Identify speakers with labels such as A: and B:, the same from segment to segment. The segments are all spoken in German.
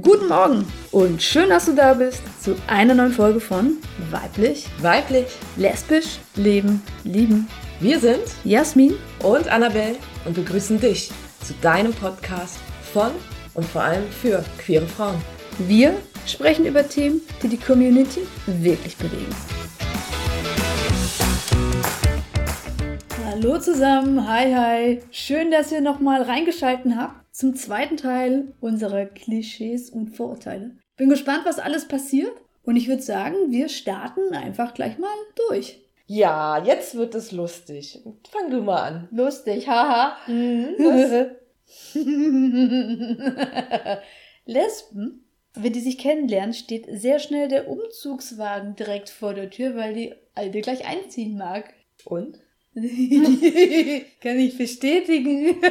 A: Guten Morgen und schön, dass du da bist zu einer neuen Folge von Weiblich,
B: Weiblich.
A: Lesbisch, Leben, Lieben.
B: Wir sind
A: Jasmin,
B: und Annabelle und begrüßen dich zu deinem Podcast von und vor allem für queere Frauen.
A: wir sprechen über Themen, die die Community wirklich bewegen. Hallo zusammen, hi hi. Schön, dass ihr nochmal reingeschalten habt zum zweiten Teil unserer Klischees und Vorurteile. Bin gespannt, was alles passiert und ich würde sagen, wir starten einfach gleich mal durch.
B: Ja, jetzt wird es lustig. Fang du mal an.
A: Lustig, haha. Mhm, Lesben, wenn die sich kennenlernen, steht sehr schnell der Umzugswagen direkt vor der Tür, weil die Alte gleich einziehen mag.
B: Und?
A: Kann ich bestätigen. Äh,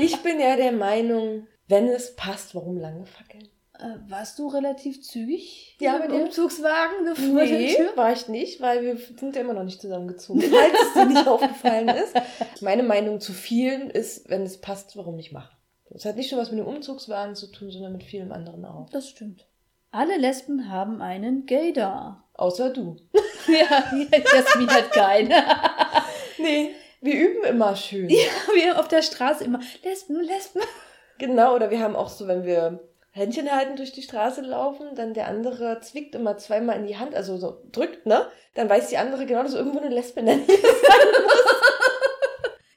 B: Ich bin ja der Meinung, wenn es passt, warum lange fackeln?
A: Äh, warst du relativ zügig?
B: Ja,
A: mit
B: bei dir?
A: Umzugswagen vor der Tür?
B: war ich nicht, weil wir sind ja immer noch nicht zusammengezogen, falls es dir nicht aufgefallen ist. Meine Meinung zu vielen ist, wenn es passt, warum nicht machen. Das hat nicht nur was mit dem Umzugswagen zu tun, sondern mit vielem anderen auch.
A: Das stimmt. Alle Lesben haben einen Gaydar.
B: Außer du.
A: ja, Jasmin hat keinen.
B: Nee, wir üben immer schön.
A: Wir auf der Straße immer Lesben, Lesben.
B: Genau, oder wir haben auch so, wenn wir Händchen halten durch die Straße laufen, dann der andere zwickt immer zweimal in die Hand, also so drückt, ne? Dann weiß die andere genau, dass irgendwo eine Lesbe in der Nähe ist.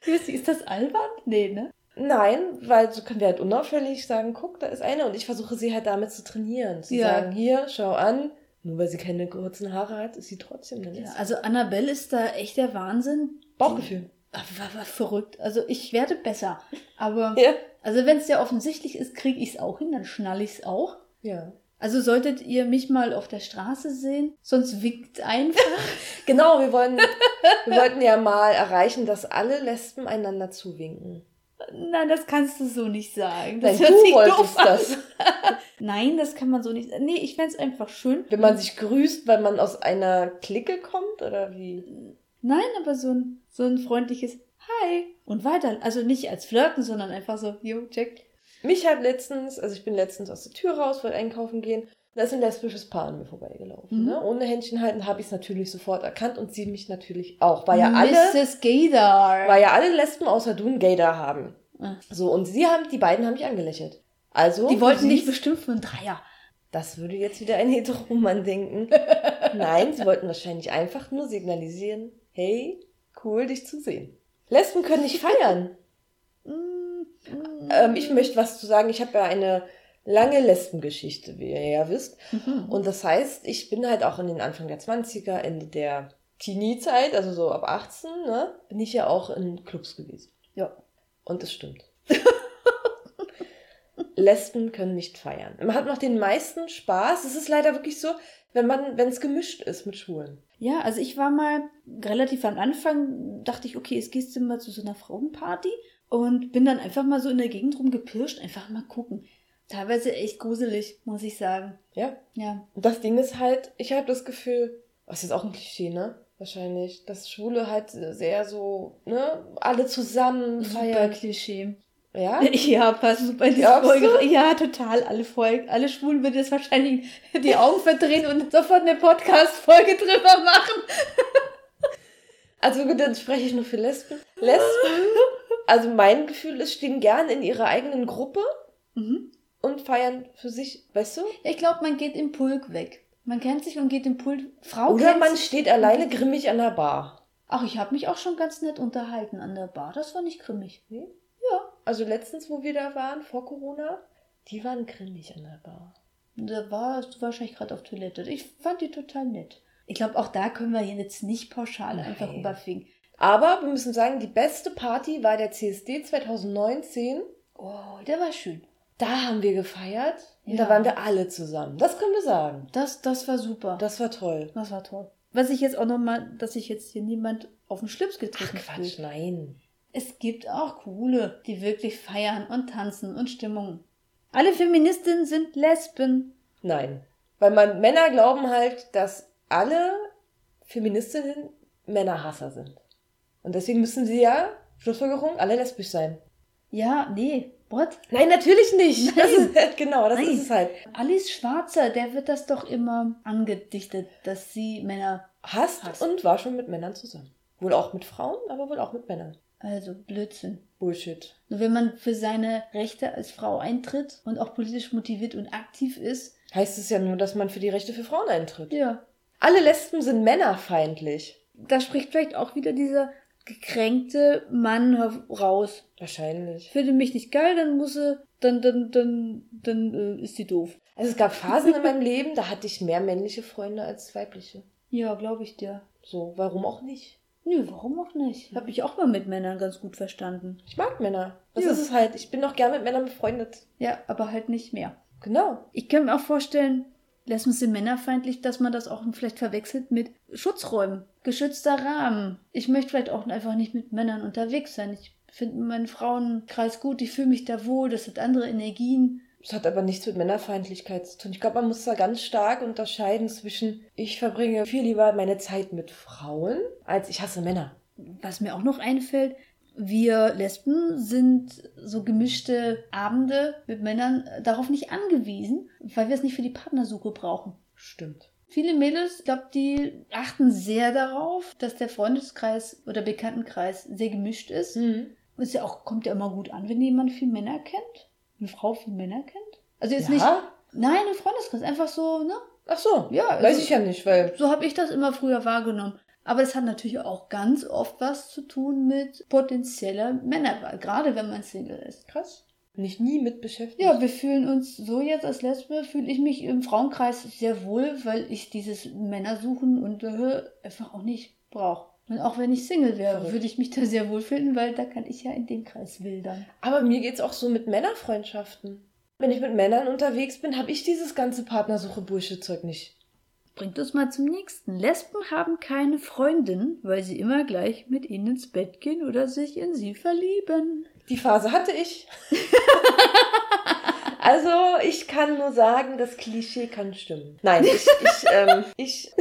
A: Jussi, Ist das albern? Nee, ne?
B: Nein, weil so können wir halt unauffällig sagen, guck, da ist eine. Und ich versuche sie halt damit zu trainieren. Zu
A: Ja.
B: sagen, hier, schau an. Nur weil sie keine kurzen Haare hat, ist sie trotzdem eine
A: Ja,
B: Lesbe.
A: also Annabelle ist da echt der Wahnsinn.
B: Bauchgefühl.
A: Ah, War, war verrückt. Also ich werde besser. Aber
B: Ja.
A: also wenn es ja offensichtlich ist, kriege ich es auch hin, dann schnalle ich es auch.
B: ja.
A: Also solltet ihr mich mal auf der Straße sehen, sonst winkt einfach.
B: Genau, wir, wollen, wir wollten ja mal erreichen, dass alle Lesben einander zuwinken.
A: Nein, das kannst du so nicht sagen.
B: Nein,
A: Das
B: du
A: hört sich
B: wolltest
A: doof an.
B: das.
A: Nein, das kann man so nicht. Nee, ich fänd's einfach schön.
B: Wenn man sich grüßt, weil man aus einer Clique kommt oder wie?
A: Nein, aber so ein, so ein freundliches Hi und weiter. Also nicht als Flirten, sondern einfach so, yo, check.
B: Mich hat letztens, also ich bin letztens aus der Tür raus, wollte einkaufen gehen. Da ist ein lesbisches Paar an mir vorbeigelaufen.
A: Mhm.
B: Ne? Ohne Händchen halten habe ich es natürlich sofort erkannt und sie mich natürlich auch. Weil ja alle,
A: Mrs. Gaydar.
B: weil ja alle Lesben außer du einen Gay da haben.
A: Ah.
B: So, und sie haben, die beiden haben mich angelächelt. Also,
A: Die wollten
B: du
A: dich
B: siehst,
A: bestimmt für einen Dreier.
B: Das würde jetzt wieder ein Heteroman denken. Nein, sie wollten wahrscheinlich einfach nur signalisieren, hey, cool, dich zu sehen. Lesben können nicht feiern.
A: Mm,
B: Ähm, ich möchte was zu sagen. Ich habe ja eine lange Lesbengeschichte, wie ihr ja wisst.
A: Mhm.
B: Und das heißt, ich bin halt auch in den Anfang der 20er, Ende der Teenie-Zeit, also so ab 18, ne, bin ich ja auch in Clubs gewesen.
A: Ja.
B: Und es stimmt. Lesben können nicht feiern. Man hat noch den meisten Spaß. Es ist leider wirklich so, wenn man, wenn es gemischt ist mit Schwulen.
A: Ja, also ich war mal relativ am Anfang, dachte ich, okay, jetzt gehst du mal zu so einer Frauenparty und bin dann einfach mal so in der Gegend rumgepirscht, einfach mal gucken. Teilweise echt gruselig, muss ich sagen.
B: Ja.
A: Ja.
B: Und das Ding ist halt, ich habe das Gefühl, das ist jetzt auch ein Klischee, ne? Wahrscheinlich, dass Schwule halt sehr so, ne, alle zusammen
A: Super
B: feiern.
A: Klischee.
B: Ja,
A: Ja, passt super in die
B: Glaubst
A: Folge. Ja, total. Alle Folgen, alle Schwulen würden jetzt wahrscheinlich die Augen verdrehen und sofort eine Podcast-Folge drüber machen.
B: Also gut, dann spreche ich nur für Lesben. Lesben, also mein Gefühl ist, stehen gern in ihrer eigenen Gruppe
A: Mhm.
B: und feiern für sich, weißt du?
A: Ich glaube, man geht im Pulk weg. Man kennt sich und geht im Pulk. Frau
B: Oder
A: kennt
B: man
A: sich.
B: steht alleine grimmig an der Bar.
A: Ach, ich habe mich auch schon ganz nett unterhalten an der Bar. Das war nicht grimmig.
B: Hm? Also letztens, wo wir da waren, vor Corona, die waren grimmig an der Bar.
A: Da warst du wahrscheinlich gerade auf Toilette. Ich fand die total nett. Ich glaube, auch da können wir hier jetzt nicht pauschal
B: Nein.
A: einfach rüberfingen.
B: Aber wir müssen sagen, die beste Party war der CSD 2019.
A: Oh, der war schön.
B: Da haben wir gefeiert und
A: Ja.
B: da waren wir alle zusammen. Das können wir sagen.
A: Das, das war super. Das,
B: Das war toll.
A: war toll. Was ich jetzt auch nochmal, dass ich jetzt hier niemand auf den Schlips
B: Ach
A: getreten
B: Quatsch,
A: fühle.
B: nein.
A: Es gibt auch coole, die wirklich feiern und tanzen und Stimmung. Alle Feministinnen sind Lesben.
B: Nein. Weil man, Männer glauben halt, dass alle Feministinnen Männerhasser sind. Und deswegen müssen sie ja, Schlussfolgerung, alle lesbisch sein.
A: Ja, nee. What?
B: Nein, natürlich nicht. Das
A: Nein.
B: ist, genau, das
A: Nein.
B: ist es halt.
A: Alice Schwarzer, der wird das doch immer angedichtet, dass sie Männer,
B: Hasst
A: Hasst.
B: und war schon mit Männern zusammen. Wohl auch mit Frauen, aber wohl auch mit Männern.
A: also Blödsinn.
B: Bullshit.
A: Nur wenn man für seine Rechte als Frau eintritt und auch politisch motiviert und aktiv ist,
B: Heißt es ja nur, dass man für die Rechte für Frauen eintritt.
A: ja,
B: Alle Lesben sind männerfeindlich.
A: da spricht vielleicht auch wieder dieser gekränkte Mann her- raus. Ich
B: Wahrscheinlich.
A: finde mich nicht geil, dann muss sie, dann, dann, dann, dann äh, ist sie doof.
B: Also es gab Phasen in meinem Leben, da hatte ich mehr männliche Freunde als weibliche.
A: Ja, glaube ich dir.
B: So, warum auch nicht?
A: Nö, warum auch nicht? Hab ich auch mal mit Männern ganz gut verstanden.
B: Ich mag Männer. Das
A: Ja.
B: ist es halt. Ich bin auch gern mit Männern befreundet.
A: Ja, aber halt nicht mehr.
B: Genau.
A: Ich kann mir auch vorstellen, Lesben sind männerfeindlich, dass man das auch vielleicht verwechselt mit Schutzräumen, geschützter Rahmen. Ich möchte vielleicht auch einfach nicht mit Männern unterwegs sein. Ich finde meinen Frauenkreis gut, ich fühle mich da wohl, das hat andere Energien.
B: Das hat aber nichts mit Männerfeindlichkeit zu tun. Ich glaube, man muss da ganz stark unterscheiden zwischen, ich verbringe viel lieber meine Zeit mit Frauen, als ich hasse Männer.
A: Was mir auch noch einfällt, wir Lesben sind so gemischte Abende mit Männern äh, darauf nicht angewiesen, weil wir es nicht für die Partnersuche brauchen.
B: Stimmt.
A: Viele Mädels, ich glaube, die achten sehr darauf, dass der Freundeskreis oder Bekanntenkreis sehr gemischt ist.
B: Mhm.
A: Und Ist ja auch, kommt ja immer gut an, wenn jemand viel Männer kennt. Eine Frau viel Männer kennt. Also jetzt
B: Ist ja?
A: nicht.
B: nicht.
A: Nein, im Freundeskreis. Einfach so, ne?
B: Ach so.
A: Ja, also-
B: Weiß ich ja nicht, weil
A: So habe ich das immer früher wahrgenommen. Aber es hat natürlich auch ganz oft was zu tun mit potenzieller Männerwahl, gerade wenn man Single ist.
B: Krass. Bin ich nie mit beschäftigt.
A: Ja, wir fühlen uns so jetzt als Lesbe, fühle ich mich im Frauenkreis sehr wohl, weil ich dieses Männersuchen und äh, einfach auch nicht brauche. Und auch wenn ich Single wäre,
B: Verrückt.
A: würde ich mich da sehr wohl finden, weil da kann ich ja in dem Kreis wildern.
B: Aber mir geht's auch so mit Männerfreundschaften. Wenn ich mit Männern unterwegs bin, habe ich dieses ganze Partnersuche-Bullshit-Zeug nicht.
A: Bringt uns mal zum nächsten. Lesben haben keine Freundin, weil sie immer gleich mit ihnen ins Bett gehen oder sich in sie verlieben.
B: Die Phase hatte ich. also, ich kann nur sagen, das Klischee kann stimmen. Nein, ich, ich, ähm, ich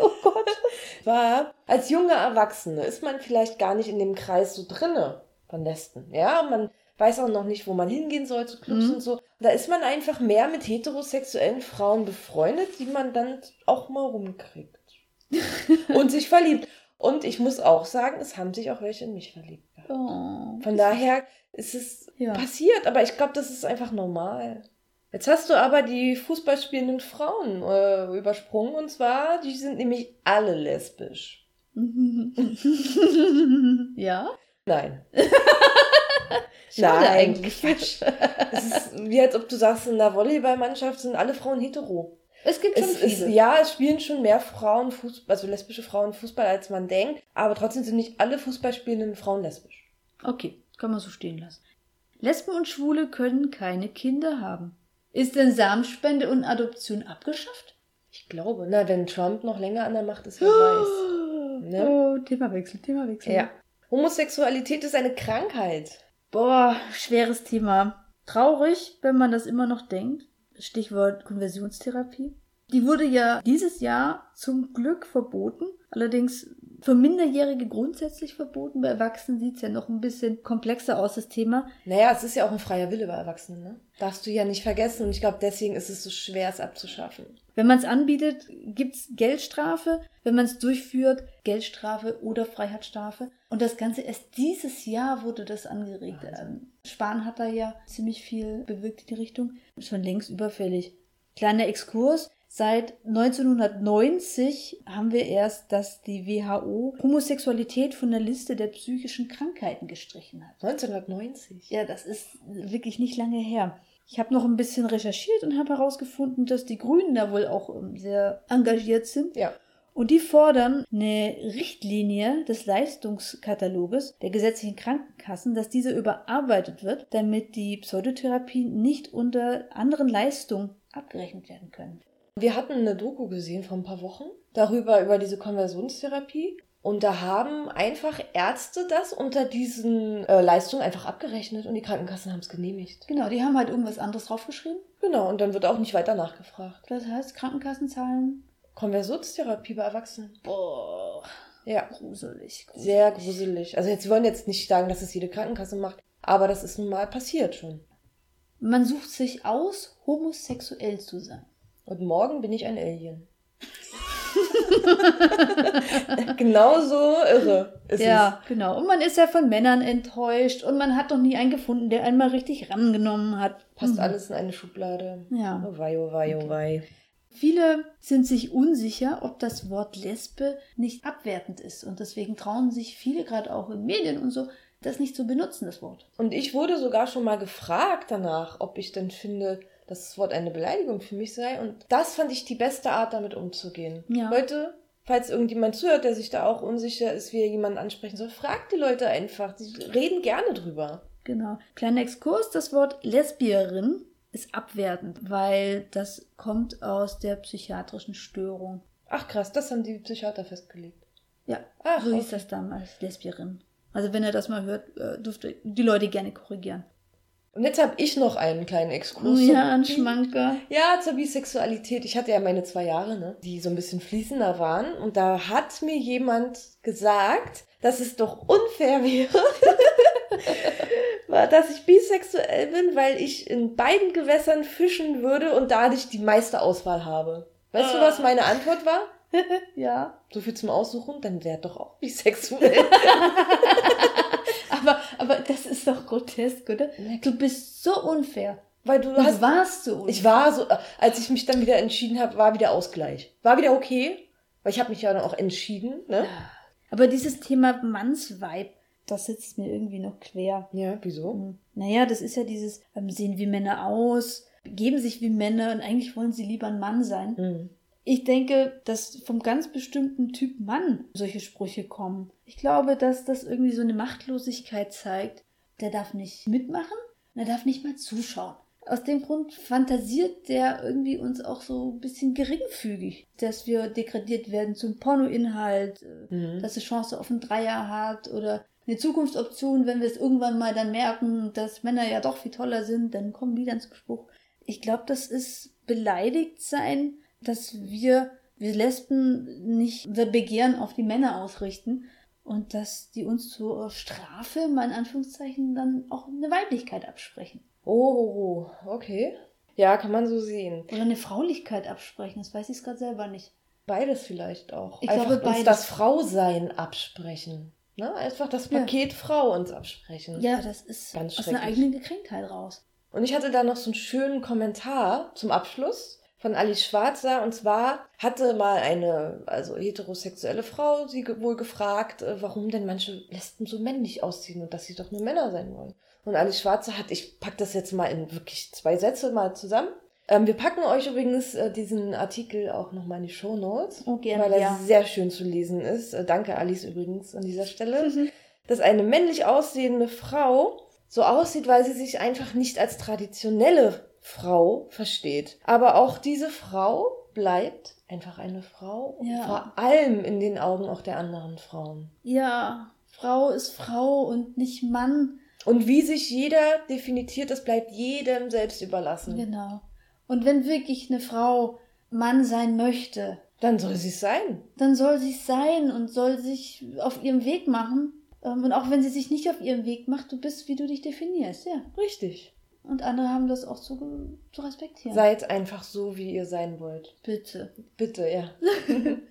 B: oh Gott, war, als junge Erwachsene ist man vielleicht gar nicht in dem Kreis so drinne von Lesben. Ja, man weiß auch noch nicht, wo man hingehen soll zu Clubs
A: Mhm.
B: und so. Da ist man einfach mehr mit heterosexuellen Frauen befreundet, die man dann auch mal rumkriegt. und sich verliebt. Und ich muss auch sagen, es haben sich auch welche in mich verliebt. gehabt.
A: Oh.
B: Von daher ist es
A: Ja.
B: passiert, aber ich glaube, das ist einfach normal. Jetzt hast du aber die Fußballspielenden Frauen äh, übersprungen und zwar, die sind nämlich alle lesbisch.
A: ja?
B: Nein.
A: Schade
B: Nein.
A: eigentlich.
B: Quatsch. es ist wie als ob du sagst, in der Volleyballmannschaft sind alle Frauen hetero.
A: Es gibt schon
B: Es ist,
A: viele.
B: ja, es spielen schon mehr Frauen Fußball, also lesbische Frauen Fußball, als man denkt, aber trotzdem sind nicht alle Fußballspielenden Frauen lesbisch.
A: Okay, kann man so stehen lassen. Lesben und Schwule können keine Kinder haben. Ist denn Samenspende und Adoption abgeschafft?
B: Ich glaube. Na, wenn Trump noch länger an der Macht ist, wer weiß.
A: Oh, Themawechsel, Themawechsel.
B: Ne? Ja. Hm. Homosexualität ist eine Krankheit.
A: Boah, schweres Thema. Traurig, wenn man das immer noch denkt. Stichwort Konversionstherapie. Die wurde ja dieses Jahr zum Glück verboten. Allerdings für Minderjährige grundsätzlich verboten. Bei Erwachsenen sieht es ja noch ein bisschen komplexer aus, das Thema.
B: Naja, es ist ja auch ein freier Wille bei Erwachsenen, ne? Darfst du ja nicht vergessen. Und ich glaube, deswegen ist es so schwer, es abzuschaffen.
A: Wenn man es anbietet, gibt's Geldstrafe. Wenn man es durchführt, Geldstrafe oder Freiheitsstrafe. Und das Ganze erst dieses Jahr wurde das angeregt.
B: Wahnsinn.
A: Ähm, Spahn hat da ja ziemlich viel bewirkt in die Richtung. Schon längst überfällig. Kleiner Exkurs. Seit 1990 haben wir erst, dass die WHO Homosexualität von der Liste der psychischen Krankheiten gestrichen hat.
B: 1990.
A: Ja, das ist wirklich nicht lange her. Ich habe noch ein bisschen recherchiert und habe herausgefunden, dass die Grünen da wohl auch ähm, sehr engagiert sind.
B: Ja.
A: Und die fordern eine Richtlinie des Leistungskataloges der gesetzlichen Krankenkassen, dass diese überarbeitet wird, damit die Pseudotherapien nicht unter anderen Leistungen abgerechnet werden können.
B: Wir hatten eine Doku gesehen vor ein paar Wochen darüber, über diese Konversionstherapie. Und da haben einfach Ärzte das unter diesen äh, Leistungen einfach abgerechnet und die Krankenkassen haben es genehmigt.
A: Genau, die haben halt irgendwas anderes draufgeschrieben.
B: Genau, und dann wird auch nicht weiter nachgefragt.
A: Das heißt, Krankenkassen zahlen.
B: Konversionstherapie bei Erwachsenen.
A: Boah,
B: Ja.
A: gruselig. gruselig.
B: Sehr gruselig. Also jetzt wir wollen jetzt nicht sagen, dass es jede Krankenkasse macht, Aber das ist nun mal passiert schon.
A: Man sucht sich aus, homosexuell zu sein.
B: Und morgen bin ich ein Alien. Genauso irre ist
A: ja, genau. Und man ist ja von Männern enttäuscht und man hat doch nie einen gefunden, der einmal richtig rangenommen hat.
B: es. Passt
A: Mhm.
B: alles in eine Schublade.
A: Ja.
B: Oh wei, oh wei, oh wei.
A: Viele sind sich unsicher, ob das Wort Lesbe nicht abwertend ist. Und deswegen trauen sich viele, gerade auch in Medien und so, das nicht zu benutzen, das Wort.
B: Und ich wurde sogar schon mal gefragt danach, ob ich denn finde, dass das Wort eine Beleidigung für mich sei. Und das fand ich die beste Art, damit umzugehen.
A: Ja.
B: Leute, falls irgendjemand zuhört, der sich da auch unsicher ist, wie er jemanden ansprechen soll, fragt die Leute einfach. Die reden gerne drüber.
A: Genau. Kleiner Exkurs, das Wort Lesbierin ist abwertend, weil das kommt aus der psychiatrischen Störung.
B: Ach krass, das haben die Psychiater festgelegt.
A: Ja,
B: Ach,
A: so hieß
B: okay.
A: das damals, Lesbierin. Also wenn ihr das mal hört, äh, dürft ihr die Leute gerne korrigieren.
B: Und jetzt habe ich noch einen kleinen Exkurs.
A: Ja, ein Schmanker.
B: Ja, zur Bisexualität. Ich hatte ja meine zwei Jahre, ne, die so ein bisschen fließender waren. Und da hat mir jemand gesagt, dass es doch unfair wäre, war, dass ich bisexuell bin, weil ich in beiden Gewässern fischen würde und dadurch die meiste Auswahl habe. Weißt du, was meine Antwort war?
A: Ja.
B: So viel zum Aussuchen, dann wär doch auch bisexuell.
A: Aber, aber das ist doch grotesk, oder? Du bist so unfair.
B: Weil du
A: Du
B: hast
A: warst so unfair.
B: Ich war so, äh, als ich mich dann wieder entschieden habe, war wieder Ausgleich. War wieder okay, weil ich habe mich ja dann auch entschieden, ne?
A: aber dieses Thema Mannsweib, das sitzt mir irgendwie noch quer.
B: Ja, wieso?
A: Mhm. Naja, das ist ja dieses, ähm, sehen wie Männer aus, geben sich wie Männer und eigentlich wollen sie lieber ein Mann sein.
B: Mhm.
A: Ich denke, dass vom ganz bestimmten Typ Mann solche Sprüche kommen. Ich glaube, dass das irgendwie so eine Machtlosigkeit zeigt. Der darf nicht mitmachen und er darf nicht mal zuschauen. Aus dem Grund fantasiert der irgendwie uns auch so ein bisschen geringfügig, dass wir degradiert werden zum Pornoinhalt, äh,
B: Mhm.
A: dass die Chance auf einen Dreier hat oder eine Zukunftsoption, wenn wir es irgendwann mal dann merken, dass Männer ja doch viel toller sind, dann kommen die dann zum Spruch. Ich glaube, das ist beleidigt sein, dass wir, wir Lesben nicht unser Begehren auf die Männer ausrichten und dass die uns zur Strafe, mal in Anführungszeichen, dann auch eine Weiblichkeit absprechen.
B: Oh, okay. Ja, kann man so sehen.
A: Oder eine Fraulichkeit absprechen, das weiß ich gerade selber nicht.
B: Beides vielleicht auch.
A: Ich
B: Einfach
A: glaube,
B: uns
A: beides.
B: das Frausein absprechen. Ne? Einfach das
A: Ja.
B: Paket Frau uns absprechen.
A: Ja, das ist
B: Ganz
A: aus einer
B: schrecklich.
A: eigenen Gekränktheit raus.
B: Und ich hatte da noch so einen schönen Kommentar zum Abschluss von Alice Schwarzer. Und zwar hatte mal eine, also heterosexuelle Frau, sie ge- wohl gefragt, äh, warum denn manche Lesben so männlich aussehen und dass sie doch nur Männer sein wollen. Und Alice Schwarzer hat, ich pack das jetzt mal in wirklich zwei Sätze mal zusammen. Ähm, wir packen euch übrigens äh, diesen Artikel auch nochmal in die Show Notes,
A: Oh, gerne,
B: weil er
A: ja.
B: sehr schön zu lesen ist. Äh, danke Alice übrigens an dieser Stelle
A: Mhm.
B: dass eine männlich aussehende Frau so aussieht, weil sie sich einfach nicht als traditionelle Frau versteht. Aber auch diese Frau bleibt einfach eine Frau, und
A: Ja.
B: vor allem in den Augen auch der anderen Frauen.
A: Ja, Frau ist Frau und nicht Mann.
B: Und wie sich jeder definiert, das bleibt jedem selbst überlassen.
A: Genau. Und wenn wirklich eine Frau Mann sein möchte,
B: Dann soll sie es sein.
A: dann soll sie es sein und soll sich auf ihrem Weg machen. Ähm, Und auch wenn sie sich nicht auf ihrem Weg macht, du bist, wie du dich definierst, ja.
B: Richtig.
A: Und andere haben das auch zu, ge- zu respektieren.
B: Seid einfach so, wie ihr sein wollt.
A: Bitte.
B: Bitte, ja.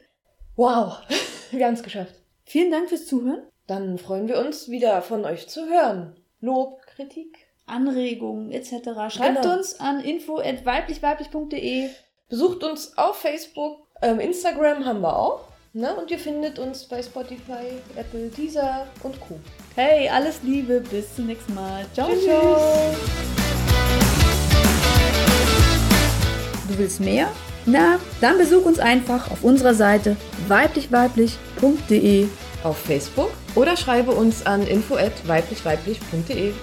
B: wow, wir haben es geschafft.
A: Vielen Dank fürs Zuhören.
B: Dann freuen wir uns wieder von euch zu hören. Lob, Kritik,
A: Anregungen etc. Schreibt
B: Genau.
A: uns an info@weiblichweiblich.de.
B: Besucht uns auf Facebook, ähm, Instagram haben wir auch. Ne? Und ihr findet uns bei Spotify, Apple, Deezer und Co.
A: Hey, alles Liebe, bis zum nächsten Mal. Ciao,
B: Tschüss.
A: ciao. Du willst mehr? Na, dann besuch uns einfach auf unserer Seite weiblichweiblich.de.
B: Auf Facebook oder schreibe uns an info@weiblichweiblich.de.